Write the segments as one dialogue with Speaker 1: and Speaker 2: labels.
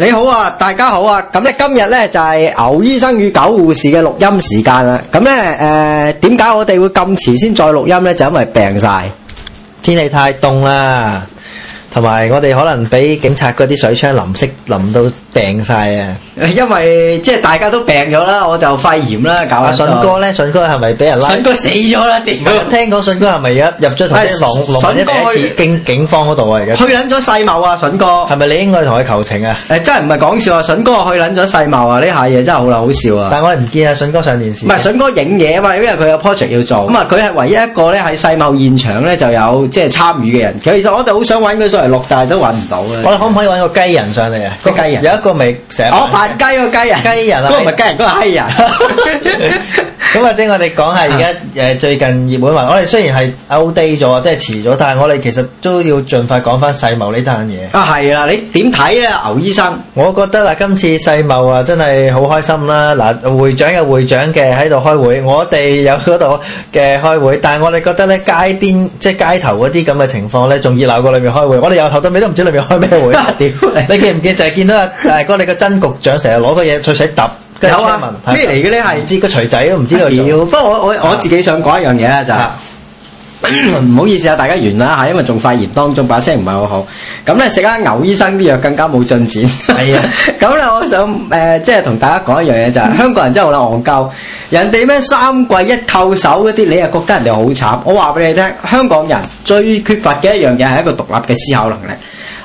Speaker 1: 你好啊，大家好啊！咁咧今日咧就係牛醫生與狗護士嘅錄音時間啦。咁咧诶，誒點解我哋會咁遲先再錄音咧？就因為病晒。
Speaker 2: 天氣太凍啦，同埋我哋可能俾警察嗰啲水槍淋熄淋到病晒啊！
Speaker 1: 因為即係大家都病咗啦，我就肺炎啦，搞
Speaker 2: 阿
Speaker 1: 阿
Speaker 2: 信
Speaker 1: 信
Speaker 2: 哥
Speaker 1: 哥，
Speaker 2: 咧，信哥係咪俾人拉？
Speaker 1: 信哥死咗啦，屌！
Speaker 2: 聽講信哥係咪而家入咗同
Speaker 1: 係
Speaker 2: 啲狼狼
Speaker 1: 信
Speaker 2: 一
Speaker 1: 哥
Speaker 2: 齊一次
Speaker 1: 去
Speaker 2: 警警方嗰度啊？而家
Speaker 1: 去撚咗世貿啊，信哥！
Speaker 2: 係咪你應該同佢求情啊？
Speaker 1: 誒真係唔係講笑啊！筍哥去撚咗世貿啊，呢下嘢真係好啦，好笑啊！
Speaker 2: 但我哋唔見啊，信哥上電 視。
Speaker 1: 唔係筍哥影嘢啊嘛，因為佢有 project 要做，咁啊佢係唯一一個咧喺世貿現場咧就有即係參與嘅人。其實我哋好想揾佢上嚟錄，但係都揾唔到
Speaker 2: 我
Speaker 1: 啊！
Speaker 2: 哋可唔可以揾個雞人上嚟啊？
Speaker 1: 個雞人
Speaker 2: 有一個咪成日
Speaker 1: 我哦扮雞個雞人，
Speaker 2: 雞人啊
Speaker 1: 嗰個唔係雞人，嗰個閪 人。
Speaker 2: 咁或者我哋講下而家誒最近熱門話，我哋雖然係 outdate 咗，即係遲咗，但係我哋其實都要盡快講翻世貿呢單嘢。
Speaker 1: 啊係啦，你點睇啊，牛醫生？
Speaker 2: 我覺得啦，今次世貿啊，真係好開心啦！嗱，會長有會長嘅喺度開會，我哋有嗰度嘅開會，但係我哋覺得咧，街邊即係街頭嗰啲咁嘅情況咧，仲熱鬧過裏面開會。我哋由頭到尾都唔知裏面開咩會。啊 屌，你記唔記成日見到啊？大哥，你個真局長成日攞個嘢錘仔揼，跟住
Speaker 1: 有啊
Speaker 2: 車民
Speaker 1: 咩嚟嘅呢係
Speaker 2: 唔知個錘仔都唔知道
Speaker 1: 屌！
Speaker 2: 做。
Speaker 1: 不過我我我自己想講一樣嘢啊，就係。 唔好意思啊，大家完啦嚇，因為仲肺炎當中，把聲唔係好好。咁咧食啱牛醫生啲藥更加冇進展。
Speaker 2: 係啊， 嗯
Speaker 1: 咁咧我想誒、呃即係同大家講一樣嘢就係、香港人真係好撚戇鳩，人哋咩三季一扣手嗰啲，你又覺得人哋好慘。我話俾你聽，香港人最缺乏嘅一樣嘢係一個獨立嘅思考能力。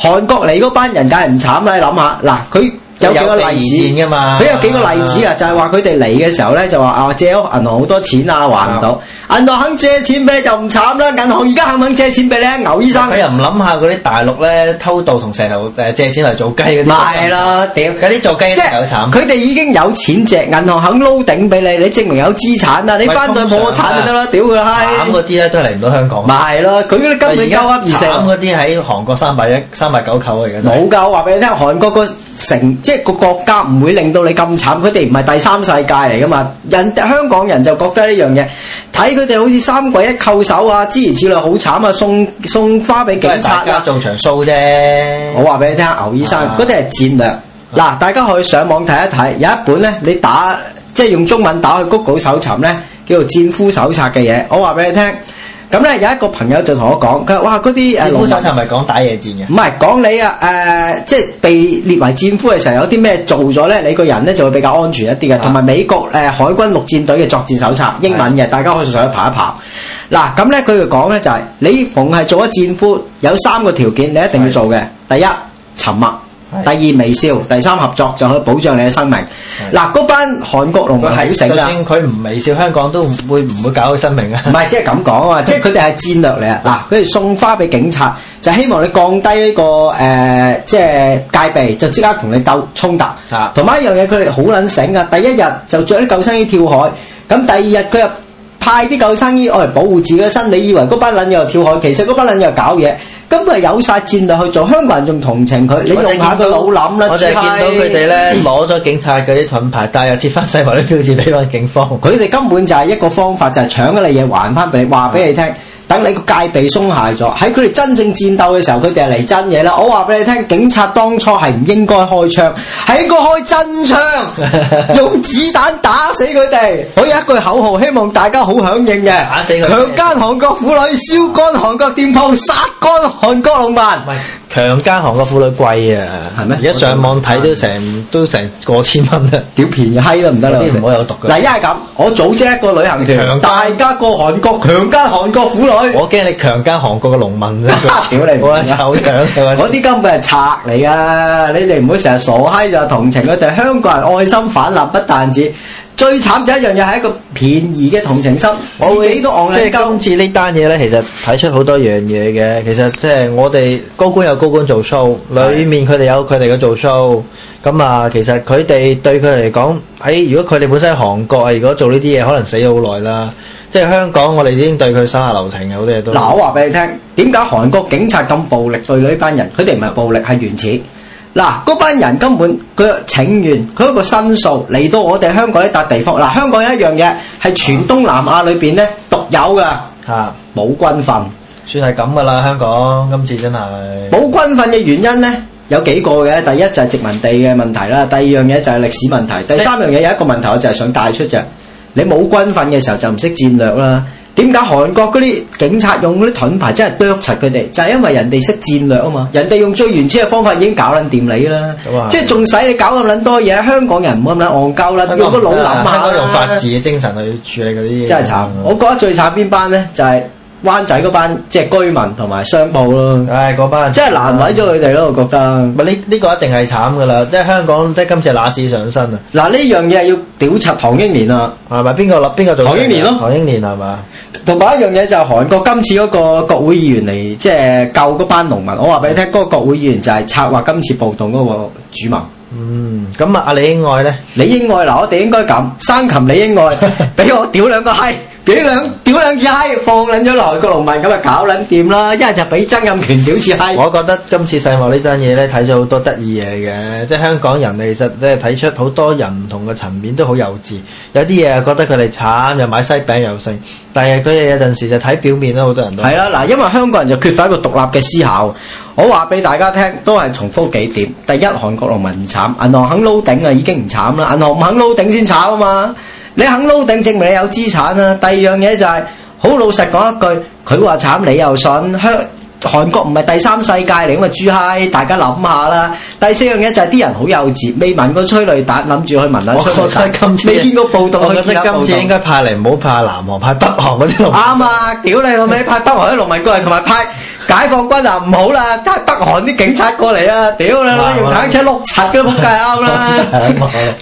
Speaker 1: 韓國嚟嗰班人梗係唔慘啦，你諗下嗱，佢有幾個例子
Speaker 2: 有備而戰㗎嘛
Speaker 1: 佢有幾個例子啊，就係話佢哋嚟嘅時候咧，就話啊借咗銀行好多錢啊，還唔到。銀行肯借錢俾你就唔慘啦，銀行而家肯唔肯借錢俾你啊？牛醫生
Speaker 2: 佢又唔諗下嗰啲大陸咧偷渡同石頭誒借錢嚟做雞嗰啲。
Speaker 1: 咪啦，屌！
Speaker 2: 嗰啲做雞
Speaker 1: 即
Speaker 2: 真係好
Speaker 1: 係。
Speaker 2: 慘
Speaker 1: 佢哋已經有錢借，銀行肯撈頂俾你，你證明有資產啦，你
Speaker 2: 喂
Speaker 1: 翻到去破
Speaker 2: 通常
Speaker 1: 產
Speaker 2: 啊
Speaker 1: 就得啦，屌佢
Speaker 2: 慘
Speaker 1: 閪！
Speaker 2: 嗰啲咧都係嚟唔到香港。
Speaker 1: 咪係咯，佢嗰啲根本鳩噏而
Speaker 2: 慘
Speaker 1: 成。
Speaker 2: 嗰啲喺韓國三百一三百九扣啊，而家真係
Speaker 1: 冇㗎，我話俾你聽，韓國個成即係個國家唔會令到你咁慘，佢哋唔係第三世界嚟㗎嘛。人香港人就覺得呢樣嘢，睇佢哋好似三鬼一扣手啊，諸如此類，好慘啊，送送花俾
Speaker 2: 都係
Speaker 1: 警察
Speaker 2: 大家
Speaker 1: 啊。
Speaker 2: 做場 show 啫。
Speaker 1: 我話俾你聽，牛醫生
Speaker 2: 啊
Speaker 1: 嗰啲係戰略。嗱，大家可以上網睇一睇，有一本咧，你打即係用中文打去 Google 搜尋咧，叫做《戰夫手冊》嘅嘢。我話俾你聽，咁咧有一個朋友就同我講，佢話：哇，嗰啲呃誒
Speaker 2: 政
Speaker 1: 農
Speaker 2: 府
Speaker 1: 民
Speaker 2: 手冊咪講打野戰嘅
Speaker 1: 唔，係講你啊，誒、即係被列為戰俘嘅時候，有啲咩做咗咧，你個人咧就會比較安全一啲嘅。
Speaker 2: 啊
Speaker 1: 同埋美國誒、海軍陸戰隊嘅作戰手冊，英文嘅，大家可以上去爬一爬。嗱，咁咧佢哋講咧就係、你逢係做咗戰俘，有三個條件你一定要做嘅。第一，沉默。第
Speaker 2: 係
Speaker 1: 二微笑，第三合作就可以保障你嘅生命。嗱，嗰班韓國農民
Speaker 2: 佢
Speaker 1: 好
Speaker 2: 係
Speaker 1: 醒啊
Speaker 2: 就
Speaker 1: 啦，
Speaker 2: 算佢唔微笑，香港都唔會唔會搞佢生命啊
Speaker 1: 唔？係即係咁講啊，即係佢哋係戰略嚟啊！嗱，佢哋送花俾警察，就希望你降低呢、個誒、呃即係戒備，就即刻同你鬥衝突
Speaker 2: 啊。
Speaker 1: 同埋一樣嘢，佢哋好撚醒噶，第一日就着啲救生衣跳海，咁第二日佢又派啲救生衣愛嚟保護自己嘅身，你以為嗰班撚友又跳海，其實嗰班撚友又搞嘢。咁咪有晒戰略去做，香港人仲同情佢，你用下佢腦諗啦，
Speaker 2: 我就係見到
Speaker 1: 黐閪
Speaker 2: 佢哋咧攞咗警察嗰啲盾牌，但係又貼翻世貿啲標誌俾翻警方。
Speaker 1: 佢哋根本就係一個方法，就係、搶咗你嘢還翻俾你，話俾你聽。等你個戒備鬆懈咗，喺佢哋真正戰鬥嘅時候，佢哋係嚟真嘢啦。我話俾你聽，警察當初係唔應該開槍，係應該開真 槍，用子彈打死佢哋。我有一句口號，希望大家好響應嘅，
Speaker 2: 打死佢哋
Speaker 1: 強姦韓國婦女，燒乾韓國店鋪，殺乾韓國農民。
Speaker 2: 唔係強姦韓國婦女貴啊，
Speaker 1: 係咩
Speaker 2: 而家上網睇都成都成過千蚊啊！
Speaker 1: 屌便宜閪都唔得啦！
Speaker 2: 嗰啲唔好有毒㗎
Speaker 1: 嗱，一係咁，我組織一個旅行團，
Speaker 2: 強姦
Speaker 1: 大家過韓國強姦韓國婦女。
Speaker 2: 我驚你強姦韓國嘅農 民啫，
Speaker 1: 屌你啊
Speaker 2: 冇得醜樣係 咪
Speaker 1: 嗰啲根本係賊嚟噶，你哋唔好成日傻閪就同情佢哋。香港人愛心反立不但止，最慘就一樣嘢係一個便宜嘅同情心，
Speaker 2: 我
Speaker 1: 自己都戇
Speaker 2: 即
Speaker 1: 撚
Speaker 2: 係
Speaker 1: 鳩。
Speaker 2: 今次呢單嘢咧，其實睇出好多樣嘢嘅。其實即係我哋高官有高官做 show，
Speaker 1: 係
Speaker 2: 裏面佢哋有佢哋嘅做 show。咁啊，其實佢哋對佢嚟講，喺如果佢哋本身喺韓國啊，如果做呢啲嘢，可能死咗好耐啦。即係香港，我哋已經對佢手下留情嘅好多嘢都。
Speaker 1: 嗱，我話俾你聽，點解韓國警察咁暴力對呢班人？佢哋唔係暴力，係原始。嗱，嗰班人根本佢請願，佢一個申訴嚟到我哋香港呢笪地方。嗱，香港有一樣嘢係全東南亞裏邊咧獨有噶，
Speaker 2: 嚇、
Speaker 1: 冇軍訓。
Speaker 2: 算係咁噶啦，香港今次真係。
Speaker 1: 冇軍訓嘅原因呢，有幾個嘅，第一就係殖民地嘅問題啦，第二樣嘢就係歷史問題，第三樣嘢有一個問題我就係想帶出就係你冇軍訓嘅時候就唔識戰略啦。點解韓國嗰啲警察用嗰啲盾牌真係啄柒佢哋？就係、因為人哋識戰略啊嘛，人哋用最原始嘅方法已經搞撚掂你啦
Speaker 2: 咁啊，
Speaker 1: 即係仲使你搞咁撚多嘢。香港人唔好咁撚戇鳩啦，用個腦諗下啦
Speaker 2: 香港用法治嘅精神去處理嗰啲，
Speaker 1: 真係慘。我覺得最慘邊班呢？就係、灣仔嗰班即係居民同埋商鋪咯，
Speaker 2: 唉，嗰班人
Speaker 1: 真係難為咗佢哋咯，我覺得。
Speaker 2: 咪呢呢個一定係慘噶啦，即係香港即係今次係揦屎上身啊，
Speaker 1: 嗱呢樣嘢要屌柒唐英年啊！
Speaker 2: 係咪？邊個立邊個做？啊
Speaker 1: 唐英年咯
Speaker 2: 唐英年係嘛？
Speaker 1: 同埋一樣嘢就係韓國今次嗰個國會議員嚟，即係救嗰班農民。我話俾你聽，嗰、個國會議員就係策劃今次暴動嗰個主謀。
Speaker 2: 嗯，咁啊，阿李英愛咧，
Speaker 1: 你應愛嗱，我哋應該咁生擒你應愛，俾我屌兩個閪，俾兩屌兩次閪，放撚咗落去個農民咁啊搞撚掂啦！一係就俾曾蔭權屌次閪。
Speaker 2: 我覺得今次世貿呢單嘢咧睇咗好多得意嘢嘅，即係香港人其實即係睇出好多人唔同嘅層面都好幼稚，有啲嘢啊覺得佢哋慘，又買西餅又剩，但係佢哋有陣時就睇表面啦，好多人都
Speaker 1: 係啦，嗱，因為香港人就缺乏一個獨立嘅思考。我話俾大家聽，都係重複幾點。第一，韓國農民唔慘，銀行肯撈頂啊，已經唔慘啦。銀行唔肯撈頂先慘啊嘛。你肯撈頂，證明你有資產啦。第二樣嘢就係、好老實講一句，佢話慘你又信香。韓國唔係第三世界嚟，咁啊豬閪，大家諗下啦。第四樣嘢就係啲人好幼稚，未聞過催淚彈，諗住去聞下
Speaker 2: 我
Speaker 1: 催淚
Speaker 2: 覺得今
Speaker 1: 彈，
Speaker 2: 次
Speaker 1: 未見過暴動，
Speaker 2: 我
Speaker 1: 去
Speaker 2: 覺
Speaker 1: 見
Speaker 2: 得
Speaker 1: 下
Speaker 2: 今
Speaker 1: 暴
Speaker 2: 次
Speaker 1: 動
Speaker 2: 應該派嚟唔好派南韓，派北韓嗰啲同
Speaker 1: 啱啊！屌你老味，派北韓啲農民過嚟，同埋派解放軍啊，唔好啦，派北韓啲警察過嚟啊！屌你老味，用坦克車碌柒嘅仆街啱啦！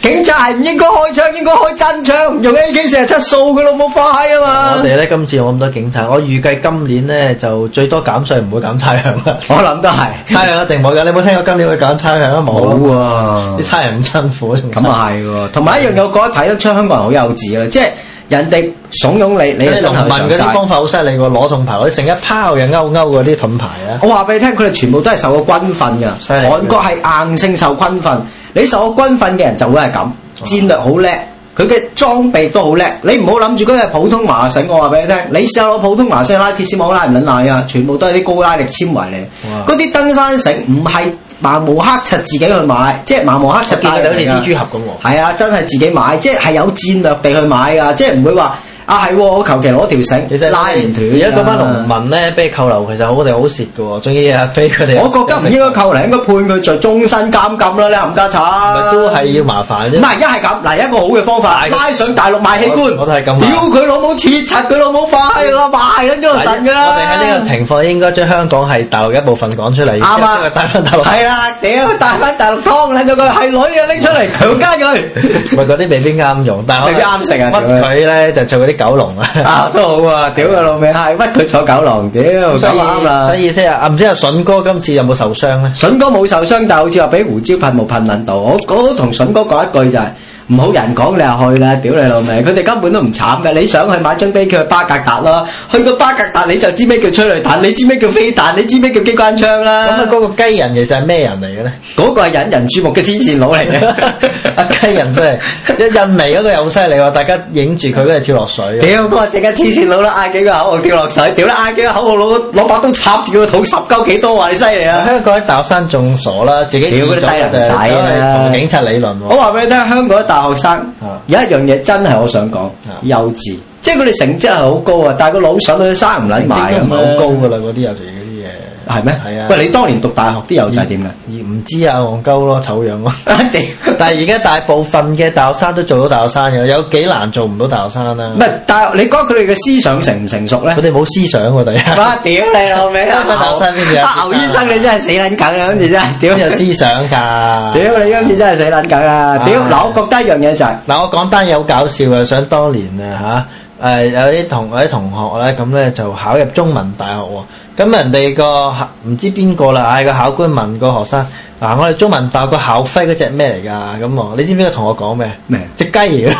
Speaker 1: 警察係唔應該開槍，應該開真槍，唔用 AK 四十七掃佢老母花閪啊
Speaker 2: 我
Speaker 1: 嘛！
Speaker 2: 哋咧今次冇咁多警察，我預計今年咧就最多減税，唔會減差餉 啦。
Speaker 1: 我諗都係
Speaker 2: 差餉一定冇㗎，你有冇聽過今年會減差餉啊？冇啊！
Speaker 1: 啊
Speaker 2: 啲差人咁辛苦，仲
Speaker 1: 咁啊係喎，同埋一樣嘢，我覺得睇得出香港人好幼稚啊！即係人哋慫恿你，你
Speaker 2: 你
Speaker 1: 就真
Speaker 2: 農
Speaker 1: 係
Speaker 2: 民嗰啲方法好犀利喎，攞盾牌，佢成一拋嘅勾勾嗰啲盾牌啊！
Speaker 1: 我話俾你聽，佢哋全部都係受過軍訓㗎。
Speaker 2: 犀利
Speaker 1: 韓國係硬性受軍訓，你受過軍訓嘅人就會係咁，
Speaker 2: 哦
Speaker 1: 戰略好叻，佢嘅裝備都好叻。你唔好諗住嗰係普通麻繩，我話俾你聽，你試下攞普通麻繩拉鐵絲網拉唔撚爛㗎，全部都係啲高拉力纖維嚟。
Speaker 2: 哇
Speaker 1: 嗰啲登山繩唔係盲無黑柒自己去買，即係盲無黑柒
Speaker 2: 見
Speaker 1: 帶
Speaker 2: 佢哋
Speaker 1: 嚟
Speaker 2: 好似
Speaker 1: 㗎
Speaker 2: 蜘蛛俠咁喎。
Speaker 1: 係啊，真係自己買，即係係有戰略地去買㗎，即係唔會話啊係喎，我求其攞條
Speaker 2: 其
Speaker 1: 繩
Speaker 2: 實
Speaker 1: 拉唔斷㗎。啊
Speaker 2: 而家嗰班農民咧，俾佢扣留，其實我哋好蝕嘅喎，仲要日日俾佢哋。
Speaker 1: 我覺得唔應該扣留，應該判佢做終身監禁啦，你冚家
Speaker 2: 咪
Speaker 1: 產。
Speaker 2: 都係要麻煩
Speaker 1: 唔
Speaker 2: 啫。
Speaker 1: 係一係咁，嗱一個好嘅方法，拉上大陸賣器官，
Speaker 2: 我我都係咁諗
Speaker 1: 屌佢老母，切柒佢老母快啦，賣撚咗個腎㗎啦。
Speaker 2: 我哋喺呢個情況應該將香港係大陸嘅一部分講出嚟，
Speaker 1: 啱
Speaker 2: 跟
Speaker 1: 啊
Speaker 2: 住帶翻大陸。
Speaker 1: 係啦，屌帶翻大陸劏撚咗佢，係女啊拎出嚟強姦佢。
Speaker 2: 咪嗰啲未必啱用，但係我
Speaker 1: 未必啱食啊
Speaker 2: 屈佢咧就做嗰啲九龍啊。
Speaker 1: 啊，都好啊，屌佢老味，係屈佢坐九龍，屌 咁
Speaker 2: 所以
Speaker 1: 啱啦
Speaker 2: 所。以即係啊，唔知阿筍哥今次有冇受傷咧？
Speaker 1: 筍哥冇受傷，但好似話俾胡椒噴霧噴撚到。我我同筍哥講一句就係、唔好人講你就去啦，屌你老味！佢哋根本都唔慘嘅。你想去買張飛機去巴格達啦，去到巴格達你就知咩叫催淚彈，你知咩叫飛彈，你知咩叫機關槍
Speaker 2: 咁啊，
Speaker 1: 啦。
Speaker 2: 嗰個雞人其實係咩人嚟 嘅咧？
Speaker 1: 嗰個係引人注目嘅黐線佬嚟
Speaker 2: 阿
Speaker 1: 嘅。
Speaker 2: 雞人真係，印尼嗰個又好犀利喎，大家影住佢跟住跳落水。
Speaker 1: 屌，嗰個正嘅黐線佬啦，嗌幾個口號跳落水，屌啦嗌幾個口號攞攞把刀插住佢個肚十鳩幾多啊！你犀利啊！
Speaker 2: 香港啲大學生仲傻啦，自己
Speaker 1: 屌嗰啲
Speaker 2: 自作
Speaker 1: 低能
Speaker 2: 就
Speaker 1: 仔
Speaker 2: 走去
Speaker 1: 啦
Speaker 2: 同警察理論
Speaker 1: 我
Speaker 2: 喎。
Speaker 1: 話俾你聽，香港啲大學生
Speaker 2: 啊
Speaker 1: 有一樣嘢真係我想講
Speaker 2: 啊，
Speaker 1: 幼稚，即係佢哋成績係好高啊，但係個腦想到生唔撚
Speaker 2: 成
Speaker 1: 埋
Speaker 2: 績
Speaker 1: 咁
Speaker 2: 都唔係好高
Speaker 1: 樣，
Speaker 2: 噶啦，嗰啲有時嗰啲嘢
Speaker 1: 係咩？
Speaker 2: 係啊
Speaker 1: 喂，你當年讀大學啲友仔係點嘅？
Speaker 2: 而唔知啊，戇鳩咯，醜樣咯。
Speaker 1: 屌
Speaker 2: 但係而家大部分嘅大學生都做到大學生嘅，有幾難做唔到大學生啊
Speaker 1: 唔？係，但係你覺得佢哋嘅思想成唔成熟咧
Speaker 2: 佢？哋冇思想喎，第 一。
Speaker 1: 哇！屌你老味啊！
Speaker 2: 香 港大學生邊度有
Speaker 1: 啊牛醫生你真係死撚梗啊！今次真係屌
Speaker 2: 點 有思想㗎？
Speaker 1: 屌你今次真係死撚梗啊！屌
Speaker 2: 唉
Speaker 1: 嗱，我覺得一樣嘢就係。
Speaker 2: 嗱，我講單嘢好搞笑嘅，想當年啊嚇，誒、有啲同有啲同學咧，咁咧就考入中文大學喎。咁人哋個考唔知邊個啦，嗌個考官問個學生：嗱、我哋中文大學個校徽嗰只咩嚟㗎？咁喎，你知唔知個同學講咩？
Speaker 1: 咩
Speaker 2: 只雞嚟嘅。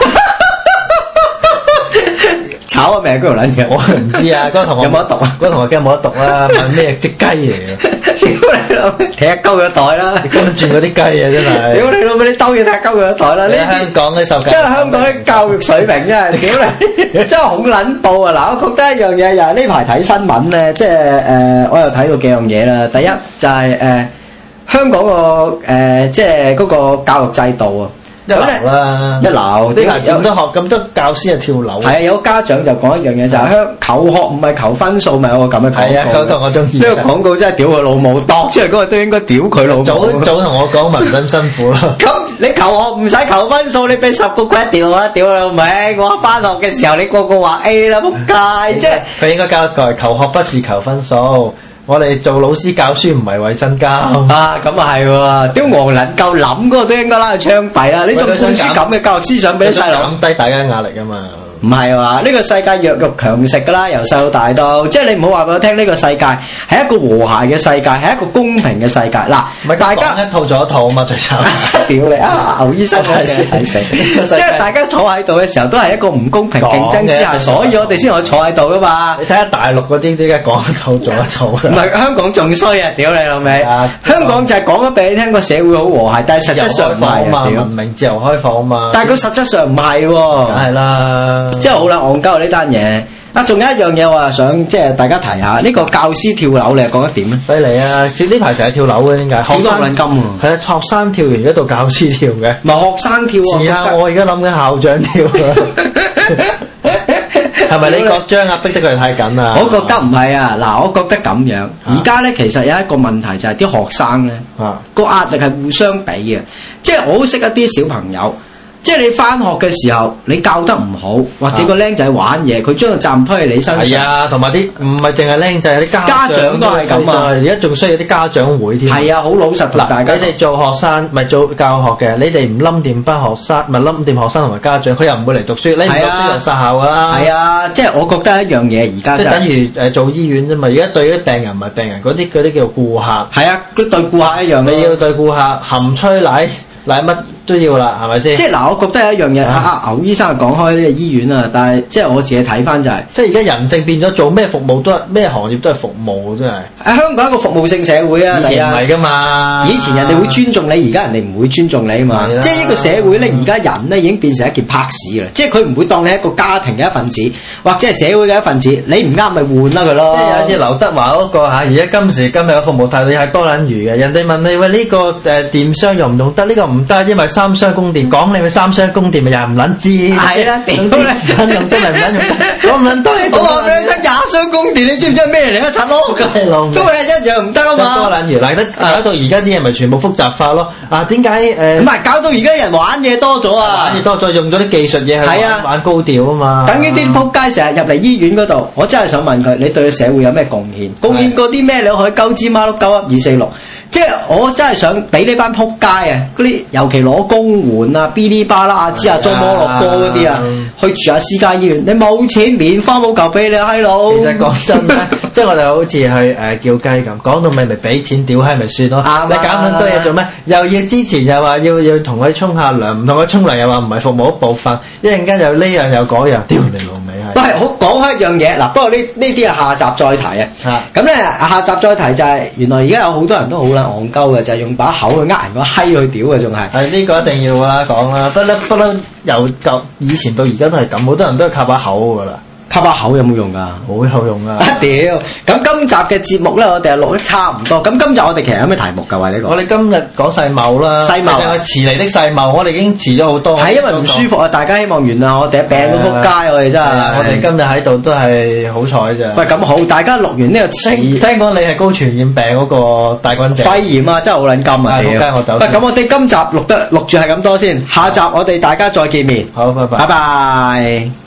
Speaker 1: 炒我命嗰條撚嘢，
Speaker 2: 我唔知啊，嗰、個同學
Speaker 1: 有冇得讀啊？
Speaker 2: 嗰個同學梗係冇得讀啦，問咩只雞嚟嘅？
Speaker 1: 屌你老味，踢鳩佢袋啦！
Speaker 2: 跟住嗰啲雞啊，真係
Speaker 1: 屌。你老味，你兜嘢踢鳩佢個袋啦！
Speaker 2: 你
Speaker 1: 呢
Speaker 2: 喺
Speaker 1: 啲
Speaker 2: 香港嘅受教育
Speaker 1: 即係香港啲教育水平 真係，屌你，真係好撚暴啊！嗱，我覺得一樣嘢又係呢排睇新聞咧，即係誒、呃我又睇到幾樣嘢啦。第一就係、誒、香港個誒即係嗰個教育制度啊，
Speaker 2: 一流啦，
Speaker 1: 一流
Speaker 2: 啲人
Speaker 1: 有
Speaker 2: 咁多學咁多教師啊跳樓，
Speaker 1: 係啊，有個家長就講一樣嘢，就係香求學唔係求分數，咪有個咁嘅
Speaker 2: 係啊，
Speaker 1: 廣
Speaker 2: 嗰
Speaker 1: 告
Speaker 2: 個。我中意
Speaker 1: 呢
Speaker 2: 啊。
Speaker 1: 個廣告真係屌佢老母，度出嚟嗰個都應該屌佢老母。，
Speaker 2: 早早同我講文身辛苦咯
Speaker 1: 咁你求我唔使求分數，你俾十個 grade 掉我，屌你老味！我翻學嘅時候你個個話 A 啦，仆街！即係
Speaker 2: 佢應該教一句求學不是求分數，我哋做老師教書唔係為身家。
Speaker 1: 啊，咁啊係喎，屌黃能夠諗嗰個都應該拉去槍斃啦！你仲灌輸咁嘅教育思想俾啲細路？
Speaker 2: 減低大家壓力啊嘛。
Speaker 1: 唔係話呢個世界弱肉強食噶啦，由細到大都，即係你唔好話俾我聽，呢個世界係一個和諧嘅世界，係一個公平嘅世界。嗱
Speaker 2: 唔，
Speaker 1: 大
Speaker 2: 係大
Speaker 1: 家
Speaker 2: 家一套做一套啊嘛，最慘。
Speaker 1: 屌你啊！牛醫生我嘅提醒，
Speaker 2: 係
Speaker 1: 即係大家坐喺度嘅時候都係一個唔公平競爭之
Speaker 2: 講
Speaker 1: 下，
Speaker 2: 嘅
Speaker 1: 所以我哋先可以坐喺度噶嘛
Speaker 2: 你。睇下大陸嗰啲，依家講一套做一套
Speaker 1: 唔
Speaker 2: 㗎。
Speaker 1: 係香港仲衰啊！屌你老味
Speaker 2: 係啊，
Speaker 1: 香港就係講咗俾你聽個社會好和諧，但係實
Speaker 2: 自由
Speaker 1: 質上
Speaker 2: 開
Speaker 1: 唔
Speaker 2: 放啊
Speaker 1: 係
Speaker 2: 嘛，
Speaker 1: 啊！
Speaker 2: 文
Speaker 1: 屌，
Speaker 2: 明自由開放啊嘛，
Speaker 1: 但係佢實質上唔係喎
Speaker 2: 梗。係啦。
Speaker 1: 即係好啦，戇鳩啊呢單嘢。啊，仲有一樣嘢我話想即係大家提下，呢、個教師跳樓你係覺得點咧？
Speaker 2: 犀利啊！似呢排成日跳樓嘅點解？
Speaker 1: 跳
Speaker 2: 學
Speaker 1: 到撚
Speaker 2: 生
Speaker 1: 金喎
Speaker 2: 係啊，學生跳完而家到教師跳嘅。
Speaker 1: 唔係學生
Speaker 2: 似
Speaker 1: 跳
Speaker 2: 啊！
Speaker 1: 啊，
Speaker 2: 我而家諗緊校長跳 啊，係咪你覺張壓逼得佢太緊啊？
Speaker 1: 我覺得唔係啊，嗱，我覺得咁樣。而家咧其實有一個問題就係啲學生咧
Speaker 2: 啊，
Speaker 1: 個壓力係互相比嘅，即係我好識一啲小朋友。即係你翻學嘅時候，你教得唔好，或者個僆仔玩嘢，佢將個責任推喺你身
Speaker 2: 啊係
Speaker 1: 上。
Speaker 2: 啊，同埋啲唔係淨係僆仔，啲家
Speaker 1: 家長都係咁啊
Speaker 2: 而家仲需要啲家長會添。
Speaker 1: 係啊，好老實同大
Speaker 2: 嗱，
Speaker 1: 家
Speaker 2: 你哋做學生咪做教學嘅，你哋唔冧掂班學生，咪冧掂學生同埋家長，佢又唔會嚟讀書，你唔讀
Speaker 1: 係啊
Speaker 2: 書人殺校㗎啦。
Speaker 1: 係啊，即係我覺得一樣嘢而家
Speaker 2: 即
Speaker 1: 就
Speaker 2: 係
Speaker 1: 係
Speaker 2: 等於誒做醫院啫嘛，而家對啲病人唔係病人，嗰啲嗰啲叫顧客，
Speaker 1: 係啊，佢對顧客一樣咯
Speaker 2: 你要對顧客含吹奶奶乜都要啦，係咪先？
Speaker 1: 即係嗱，我覺得有一樣嘢，
Speaker 2: 啊
Speaker 1: 啊啊牛醫生講開呢個醫院啊，但係即係我自己睇翻就係、
Speaker 2: 即係而家人性變咗，做咩服務都係咩行業都係服務，真係。
Speaker 1: 喺啊香港一個服務性社會啊，
Speaker 2: 以前唔
Speaker 1: 係啊
Speaker 2: 係噶嘛，
Speaker 1: 以前人哋會尊重你，而家人哋唔會尊重你啊嘛
Speaker 2: 係。啦
Speaker 1: 即係呢個社會咧，而家人咧已經變成一件拍屎㗎啦。即係佢唔會當你係一個家庭嘅一份子，或者係社會嘅一份子。你唔啱咪換啦佢咯
Speaker 2: 即。係有似劉德華嗰、個嚇，而家今時今日嘅服務態度係多撚餘嘅。人哋問你喂呢、個誒、電商用唔用得？呢、個唔得，因為三商供電。講你咪三商供電咪又唔撚知。
Speaker 1: 係啦屌
Speaker 2: 用得唔撚用得咪唔撚用得，講唔撚多嘢
Speaker 1: 我
Speaker 2: 做
Speaker 1: 話
Speaker 2: 多
Speaker 1: 俾啊你
Speaker 2: 撚
Speaker 1: 聽，廿箱供電，你知唔知係咩嚟啊？柒咯，
Speaker 2: 梗係浪費
Speaker 1: 都係一樣唔得啊
Speaker 2: 多
Speaker 1: 嘛。
Speaker 2: 撚餘。嗱，得搞到而家啲嘢咪全部複雜化咯。啊，點解
Speaker 1: 唔
Speaker 2: 誒
Speaker 1: 係搞到而家人玩嘢多咗啊
Speaker 2: 玩嘢！多咗，用咗啲技術嘢去
Speaker 1: 係啊
Speaker 2: 玩玩高調啊嘛？
Speaker 1: 等呢啲仆街成日入嚟醫院嗰度，我真係想問佢，你對社會有咩貢獻？貢獻過啲咩？你可以鳩支孖碌鳩噏二四六，即係我真係想俾呢班仆街啊！嗰啲尤其攞公援啊、哔哩吧啦啊、支啊、租摩洛哥嗰啲啊，去住下私家醫院，你冇錢免花冇嚿俾你閪佬。
Speaker 2: 其實講真 咧，即係我哋好似去誒、呃叫雞咁，講到尾咪俾錢屌閪咪算咯。
Speaker 1: 啱啊
Speaker 2: 你搞咁多嘢做咩？又要之前又話要要同佢沖下涼，唔同佢沖涼又話唔係服務一部分，一陣間又呢樣又嗰樣，屌你老味
Speaker 1: 喂
Speaker 2: 係！，
Speaker 1: 好講開一樣嘢嗱，不過呢呢啲係下集再提啊
Speaker 2: 啊。
Speaker 1: 咁咧下集再提就係、原來而家有好多人都好啦戇鳩嘅，就係、用把口去呃人個閪去屌嘅，仲係。
Speaker 2: 係呢、個一定要啦，講啦，不嬲不嬲，由舊以前到而家都係咁，好多人都係靠把口噶啦，
Speaker 1: 吸把口有冇用㗎？
Speaker 2: 好有 用啊！
Speaker 1: 啊屌！咁今集嘅節目咧，我哋係錄得差唔多。咁今集我哋其實有咩題目㗎？喂，呢
Speaker 2: 我
Speaker 1: 個
Speaker 2: 哋今日講世貿啦，
Speaker 1: 世貿啊
Speaker 2: 就係遲嚟的世貿，我哋已經遲咗好多，
Speaker 1: 係因為唔舒服啊，大家希望原諒我哋病到撲街，我哋真係。
Speaker 2: 啊係啊我哋今日喺度都係好彩咋。
Speaker 1: 喂咁好，大家錄完呢個
Speaker 2: 聽
Speaker 1: 詞
Speaker 2: 聽講你係高傳染病嗰個大軍仔，
Speaker 1: 肺炎啊，真係好撚金啊！
Speaker 2: 啊仆街我
Speaker 1: 屌！
Speaker 2: 走
Speaker 1: 喂，
Speaker 2: 先
Speaker 1: 咁我哋今集錄得錄住係咁多先，下集我哋大家再見面，
Speaker 2: 好，拜拜
Speaker 1: 拜。拜。